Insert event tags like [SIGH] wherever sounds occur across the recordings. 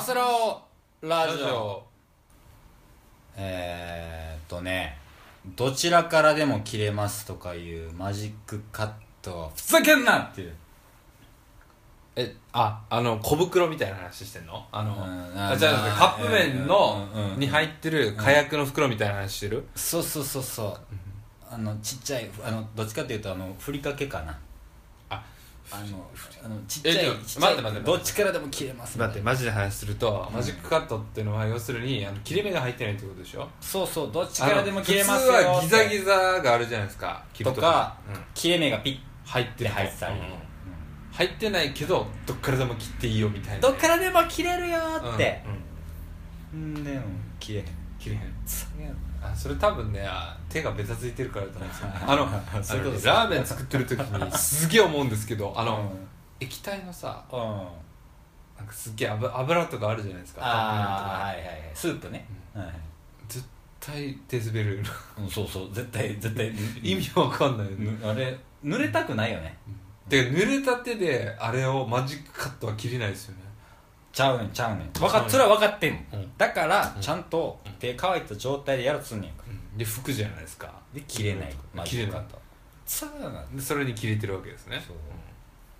せろラジオラジオえー、っとねどちらからでも切れますとかいうマジックカットはふざけんなっていうえああの小袋みたいな話してんのあの、うんあじゃあまあカップ麺の、うんうんうんに入ってる火薬の袋みたいな話してる、そうそうそうそうあのちっちゃいあのどっちかっていうとあのふりかけかなああのあのちっちゃいえでもちっちゃい待って待って待ってどっちからでも切れます待ってマジで話すると、マジックカットっていうのは要するにあの切れ目が入ってないってことでしょそうそうどっちからでも切れますあよの普通はギザギザがあるじゃないですか切るとか、うん切れ目がピッ入っててる入ってたり、うん入ってないけどどっからでも切っていいよみたいなどっからでも切れるよーってうんうんうんでも切れへん切れへんあそれ多分ねあ手がベタついてるからだと思うんです [LAUGHS] よねあのあのそういうことですラーメン作ってる時にすげえ思うんですけどあの、うん液体のさうんなんかすっげえ油油とかあるじゃないですかああカップ麺とかはいはいはいスープね、はいはい絶対手滑るうん、そうそう絶対 [LAUGHS] 絶対 [LAUGHS] 意味わかんないよね、ぬあれ濡れたくないよねで濡れた手であれをマジックカットは切れないですよねちゃうねんちゃうねんわちゃうかねんそれは分かってんの、うんだからちゃんと手乾いた状態でやるつんねんかで服じゃないですかで切れないマジ切ッれクなカいットさあなでそれに切れてるわけですねそう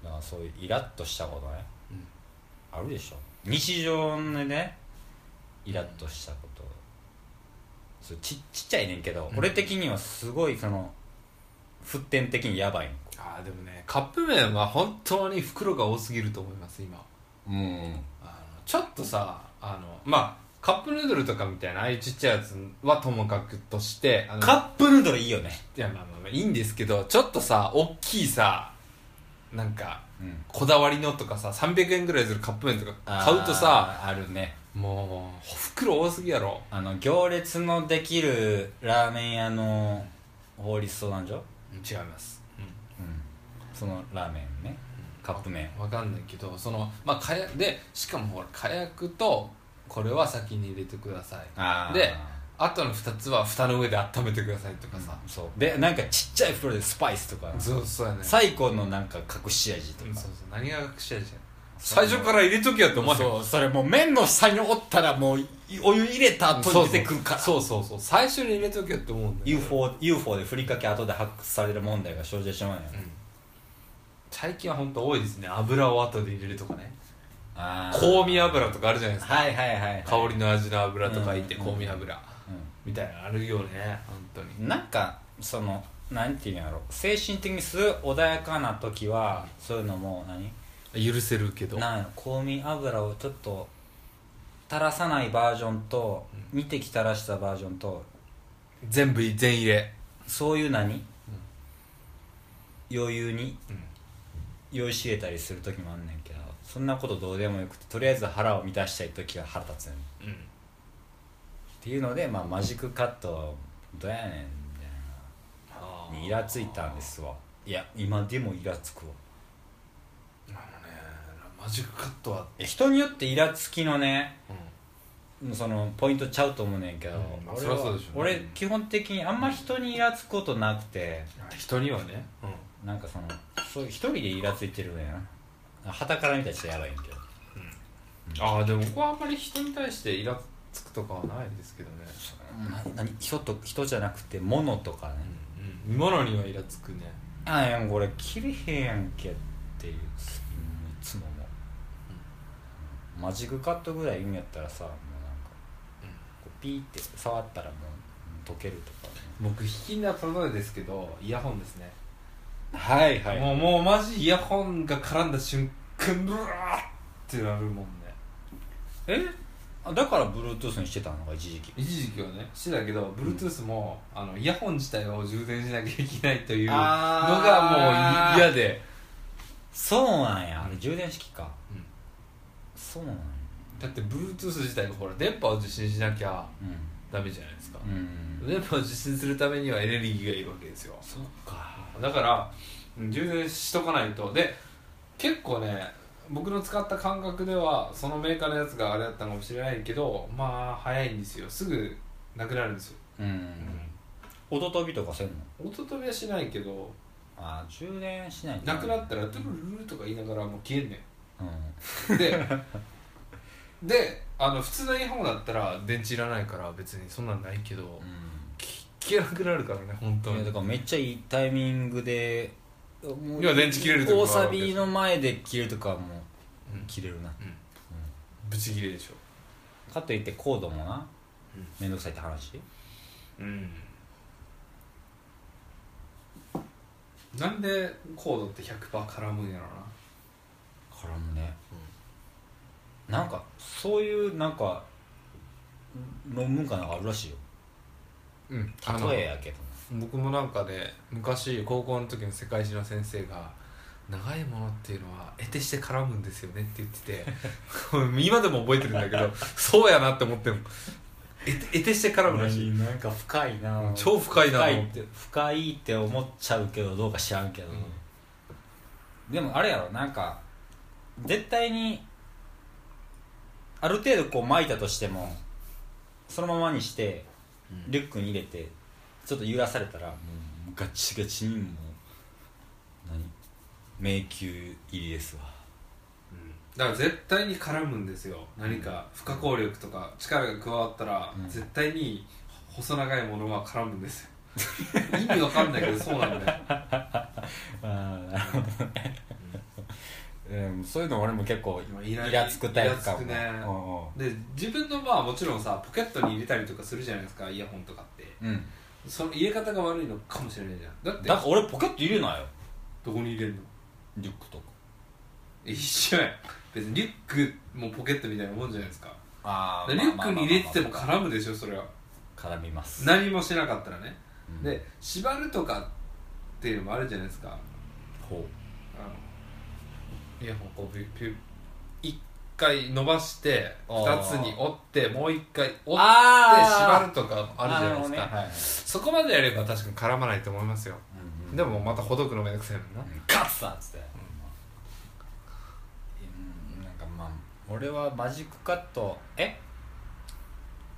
だからそういうイラッとしたことね、うんあるでしょ日常でねイラッとしたことそうちちっちゃいねんけど、うん俺的にはすごいその沸点的にやばいああでもねカップ麺は本当に袋が多すぎると思います今うんあのちょっとさあのまあカップヌードルとかみたいなああいうちっちゃいやつはともかくとしてあのカップヌードルいいよねいやまあまあまあいいんですけどちょっとさ大きいさなんかうんこだわりのとかさ300円ぐらいするカップ麺とか買うとさあーあるねもう袋多すぎやろあの行列のできるラーメン屋の法律相談所、違います、ううん、そのラーメンねカップ麺ん、分かんないけどそのまあ火薬でしかもほら火薬とこれは先に入れてくださいあーであとの2つは蓋の上で温めてくださいとかさ、そうでなんかちっちゃい袋でスパイスとかそうそうやね最高のなんか隠し味とうんかそうそう何が隠し味じゃん最初から入れときやって思わへんそうそれもう麺の下におったらもういお湯入れた後に出てくるからそうそうそう最初に入れときやって思うんだよ UFO, UFO でふりかけ後で発掘される問題が生じてしまうのよ、最近は本当多いですね油を後で入れるとかねあー香味油とかあるじゃないですかはいはいはい、はい、香りの味の油とかいてうん香味油みたいなのあるよね本当にうん、なんかそのなんていうんやろ精神的にすごい穏やかな時はそういうのも何許せるけどなんやろ香味油をちょっと垂らさないバージョンと2滴垂らしたバージョンと全部全入れそういう何、余裕にうん酔いしれたりする時もあんねんけどそんなことどうでもよくてとりあえず腹を満たしたい時は腹立つねんっていうので、まあ、マジックカットはどうやねんみたいあなーにイラついたんですわいや今でもイラつくわマジックカットはえ人によってイラつきのねうそのポイントちゃうと思うねんけど、うんまあ俺そりゃはそうでしょうね俺基本的にあんま人にイラつくことなくてん人にはねなんかそのそう一人でイラついてるのよな旗から見たらちょっとやばいんやけどああでも僕はあんまり人に対してイラつくとかはないですけどねな何人と人じゃなくて物とかね、うん見物にはイラつくねああいやこれ切れへんやんけっていういつももう、マジックカットぐらい言うんやったらさもうなんか、うんこうピーって触ったらもう溶けるとか、僕引きな例えですけどイヤホンですねはいはもうもうマジイヤホンが絡んだ瞬間ブワーってなるもんねえあだから Bluetooth にしてたのが一時期一時期はねしてたけど Bluetooth も、あのイヤホン自体を充電しなきゃいけないというのがあーもうい嫌で、そうなんやあれ充電式かうんそうなんやだって Bluetooth 自体がほら電波を受信しなきゃうダメじゃないですか、んうん電波を受信するためにはエネルギーがいるわけですよそうかだからうん充電しとかないとで結構ね僕の使った感覚ではそのメーカーのやつがあれだったのかもしれないけどまあ早いんですよすぐなくなるんですよ、うん、おととびとかせんのうん、音飛びはしないけどああ充電しないと [LAUGHS] なくなったらドゥルルルルとか言いながらもう消えんねうんんでであの普通のイヤホンだったら電池いらないから別にそんなんないけど、うき聞けなくなるからね本当んいやにだからめっちゃいいタイミングでもういや電池切れるとこ大があるサわけですビの前で切るとかもうん切れるな、うんブチギレでしょかといってコードもなうん面倒くさいって話うんなんでコードって100%絡むんやろなからもね、なんかそういうなんか論文かなんかあるらしいようん例えやけどな僕もなんかで昔高校の時の世界史の先生が長いものっていうのは得てして絡むんですよねって言って [LAUGHS] て今でも覚えてるんだけ [LAUGHS] どそうやなって思っても得て得てして絡むらしいなんか深いな超深い深なとい思っってて深いって思っちゃうけどどうか知らんけど、でもあれやろなんか絶対にある程度こう巻いたとしてもそのままにしてうんリュックに入れてちょっと揺らされたらもうガチガチにもう何迷宮入りですわだから絶対に絡むんですよ何か不可抗力とか力が加わったらうん絶対に細長いものは絡むんです [LAUGHS] よ意味わかんないけどそうなんだよああなるほどね、うん、そういうの俺も結構今イイララつくタイプかもイラつくねうんうんで自分のまあもちろんさポケットに入れたりとかするじゃないですかイヤホンとかってうん、その入れ方が悪いのかもしれないじゃんだってだから俺ポケット入れないよどこに入れるのリュックとかえ一緒やん別にリュックもポケットみたいなもんじゃないですかあでリュックに入れててもか絡むでしょそれは絡みます何もしなかったらねうんで縛るとかっていうのもあるじゃないですかほうあのイヤホンこうピュピュ一回伸ばしてあー二つに折ってもう一回折ってあ縛るとかあるじゃないですか、はいはいそこまでやれば確かに絡まないと思いますよ、うんうんでもまたほどくのめんどくさいのにうん勝つさっつって、うんなんかまあ俺はマジックカットえ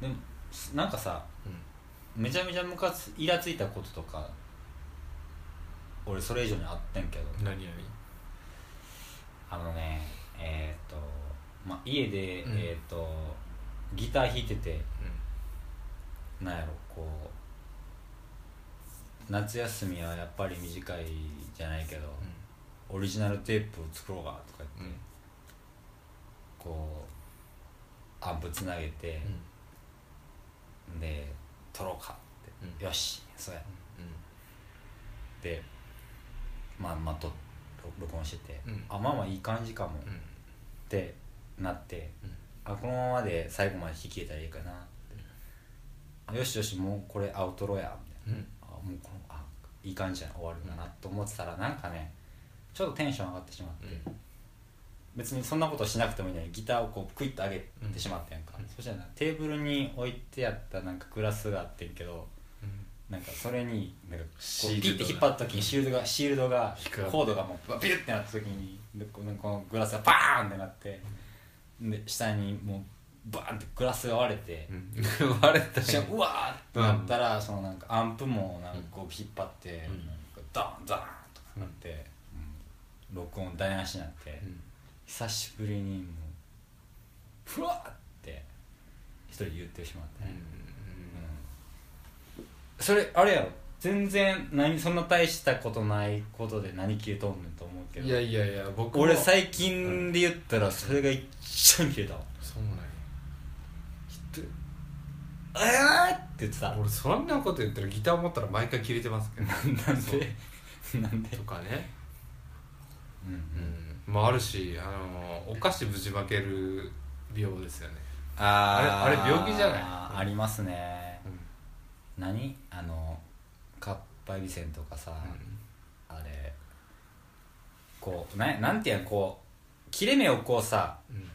でもなんかさめちゃめちゃムカつイラついたこととか俺それ以上にあってんけどな、何よあのねえっ、と、まあ、家で、うんえっ、とギター弾いててりなんやろこう夏休みはやっぱり短いじゃないけど、オリジナルテープを作ろうかとか言って、こうアンプつなげて、で撮ろうかって、よしそうやってまあまあと録音してて、うんあまあまあいい感じかも、ってなって、うんあこのままで最後まで弾けたらいいかなって、よしよしもうこれアウトロやみたいな。あもうこのあいい感じやな終わるんだなと思ってたらなんかねちょっとテンション上がってしまって、別にそんなことしなくてもいいのにギターをこうクイッと上げてしまったやんか、うんそしたらなテーブルに置いてあったなんかグラスがあってんけどなんかそれになんかこシーうピッルドがて引っ張った時にシールドがシールドが引くコードがもうビュッてなった時にでこのこのグラスがバーンってなってで下にもうバーンってグラスが割れて。割れた私がうわーってなったら、そのなんかアンプもなんかこう引っ張って、うんなんかダンダンとかなって、うん録音台無しになって、久しぶりにもうふわーって一人言ってしまって、うんそれあれやろ全然何そんな大したことないことで何切れとんねんと思うけいどやいやいや僕も俺最近で言ったらそれが一番切れたわそうなんや「えー!」って言 [LAUGHS] ってた俺そんなこと言ったらギター持ったら毎回切れてますけどなんで [LAUGHS] なんでとかねうんうんうんまああるしあのお菓子ぶちまける病ですよねあーあれあれ病気じゃないあーありますね何あのカッパエビセンとかさ、あれこうななんていうんやこう切れ目をこうさうん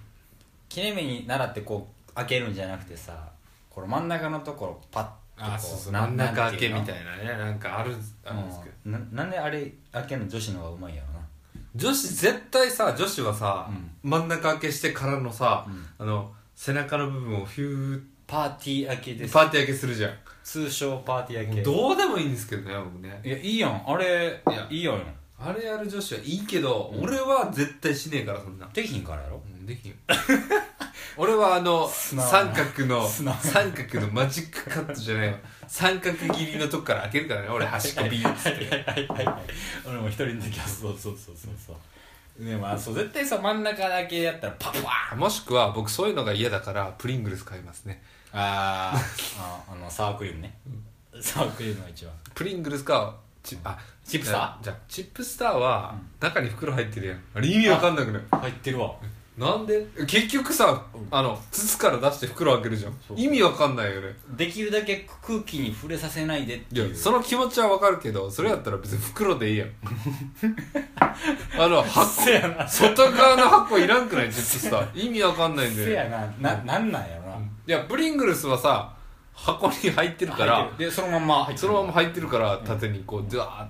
切れ目に習ってこう開けるんじゃなくてさこの真ん中のところパッてこあそうそうな真ん中ん開てけうのみたいなねなんかあるあるんですけどうんななんであれ開けるの女子の方がうまいんやろな女子絶対さ女子はさ、う真ん中開けしてからのさ、うんあの背中の部分をヒューっパーティー開けてですパーティー開けするじゃん通称パーティーも開けうどうでもいいんですけどね僕ねいやいいやんあれいやいいやんあれやる女子はいいけど、うん俺は絶対しねえからそんな、できひんからやろうん、できん [LAUGHS] 俺はあの素直な三角の素直な三角のマジックカットじゃないわ三角切りのとこから開けるからね俺端っこビーンっつってはいはいはいはい俺も一人の時はそうそうそうそうそうでもあそう絶対さ真ん中だけやったらパパーンもしくは僕そういうのが嫌だからプリングルス買いますねあーああのサワークリームねサワークリームが一番プリングルスかチあチップスターじゃあチップスターは中に袋入ってるやんあれ意味わかんなくない入ってるわなんで結局さ、うんあの筒から出して袋開けるじゃんそう意味わかんないよねできるだけ空気に触れさせないでっていいうやその気持ちはわかるけどそれやったら別に袋でい [LAUGHS] いやんあの箱せやな外側の箱いらんくないチップスタ [LAUGHS] ー意味わかんないんだよせやなななんなんやろな、いやプリングルスはさ箱に入ってるからでそのまんま入ってそるのまま入ってるから縦にこうずわーっ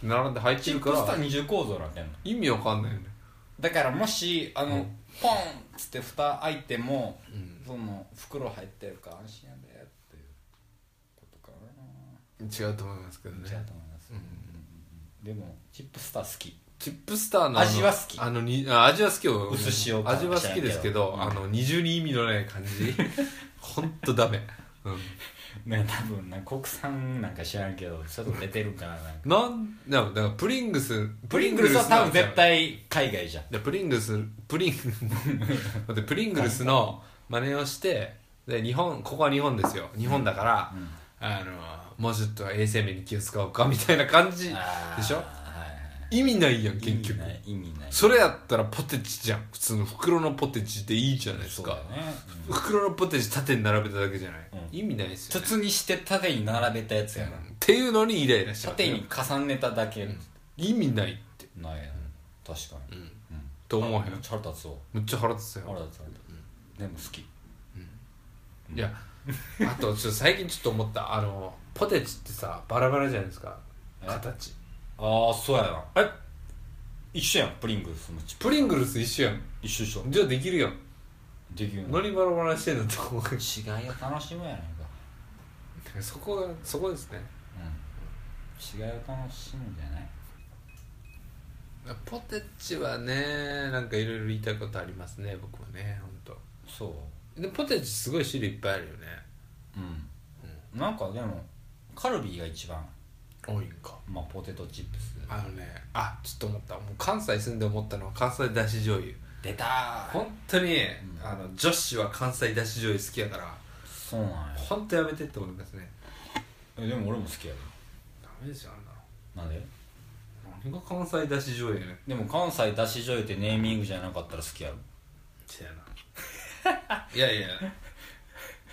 て並んで入ってチるッかプスターら二重構造なんてんの意味わかんないよねだからもしあの、うんポンっつって蓋開いても、うんその袋入ってるから安心やでっていうことかな違うと思いますけどね違うと思います、うんでもチップスター好きチップスターのあの味は好きあのにあ味は好きよ薄塩か味は好きですけど知らんあけどの二重に意味のない [LAUGHS] 感じほんとダメ、う [LAUGHS] ね多分な国産なんか知らんけどちょっと出てるからなんかん、なんだからプリングス [LAUGHS] プリングルスは多分絶対海外じゃんでプリングルスプリン [LAUGHS] 待ってプリングルスの真似をしてで日本ここは日本ですよ日本だから、うんあのもうちょっと衛生面に気を使おうかみたいな感じあーでしょはいはい意味ないやん結意味局ない意味ないそれやったらポテチじゃん普通の袋のポテチでいいじゃないですそうだか、よね、うん袋のポテチ縦に並べただけじゃない、うん意味ないですよ、ね、筒にして縦に並べたやつやな、っていうのにイライラしちゃう縦に重ねただけ、意味ないって、ないやん確かに、うんうん、と思わへんめっちゃ腹立つわむっちゃ腹立つよ腹立つ腹立つでも好きいやあとちょっと最近ちょっと思ったあのポテチってさバラバラじゃないですかえ形ああそうやなあれ一緒やんプリングルスもプリングルス一緒やん一緒一緒じゃあできるやんできるの何バラバラしてんのって思う違いを楽しむやないか、 [LAUGHS] そこがそこですねうん、違いを楽しむんじゃないポテチはねなんかいろいろ言いたいことありますね僕はね本そう当。でポテチすごい種類いっぱいあるよねうん、なんかでもカルビーが一番、多いんかまあ、ポテトチップスあのねあちょっと思ったもう関西住んで思ったのは関西だし醤油出たー本当に、んあの女子は関西だし醤油好きやからそうなんや本当やめてって思いますねえでも俺も好きやでダメですよあんなのなんで何が関西だし醤油やねんでも関西だし醤油ってネーミングじゃなかったら好きやろせやな [LAUGHS] いやいや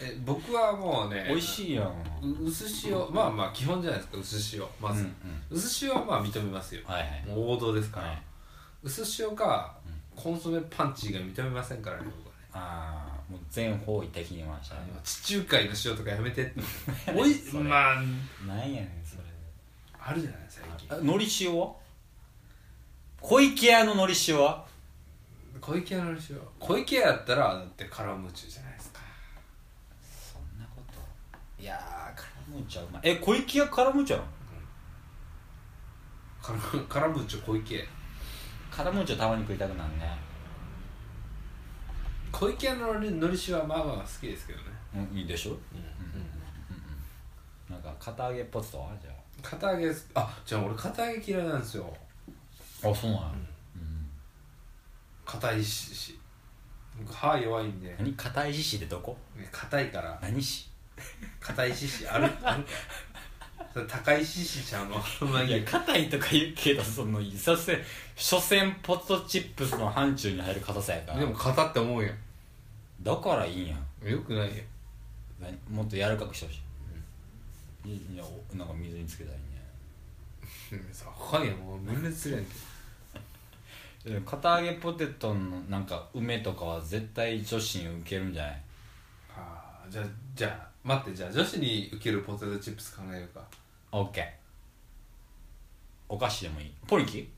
え僕はもうね美味しいやんう薄塩まあまあ基本じゃないですか薄塩まず、うん薄塩はまあ認めますよはいはいもう王道ですから、はい薄塩かコンソメパンチが認めませんからね僕はねああもう全方位的にましたあねの地中海の塩とかやめてって [LAUGHS] おいまあなんやねんそれあるじゃない最近あのり塩は小池屋ののり塩は小池屋の塩小池屋やったらだってカラムーチュじゃないですかそんなこといやーカラムーチャうまいえ小池屋カラムーチャなのカラカラムーチョ小池屋カラムーチャたまに食いたくなるね小池屋ののり塩はまあまあ好きですけどねうんいいでしょうん、なんか片揚げポテトはじゃ片揚げあじゃあ俺片揚げ嫌いなんですよああそうなんや、うん硬いし僕歯弱いんで何硬い獅子ってどこね硬いから何し硬いししある [LAUGHS] あるそれ高いししちゃうのまあいいいやや硬いとか言うけどそのさせ所詮ポテトチップスの範疇に入る硬さやからでも硬って思うやんだからいいんやんよくないや何もっと柔らかくしてほしい、いやおなんか水につけたらいいんさかんやんもう分裂するやんけねでも片揚げポテトのなんか梅とかは絶対女子に受けるんじゃないあーじゃあじゃあ待ってじゃあ女子に受けるポテトチップス考えようか OK お菓子でもいいポリキ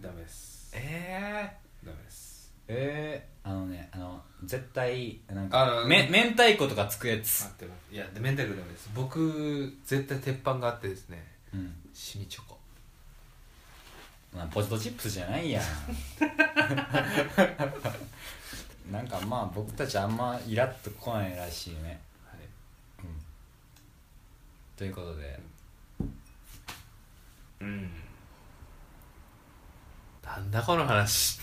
ダメですえダメですえええあのねあの絶対なんあかのめ明太子とかつくやつ待って待っていやで明太子ダメです僕絶対鉄板があってですねうんシミチョコ [LAUGHS] まあポテトチップスじゃないやんなんかままあ僕たちあんまイラッと来ないらしいねはいうんということでうんなんだこの話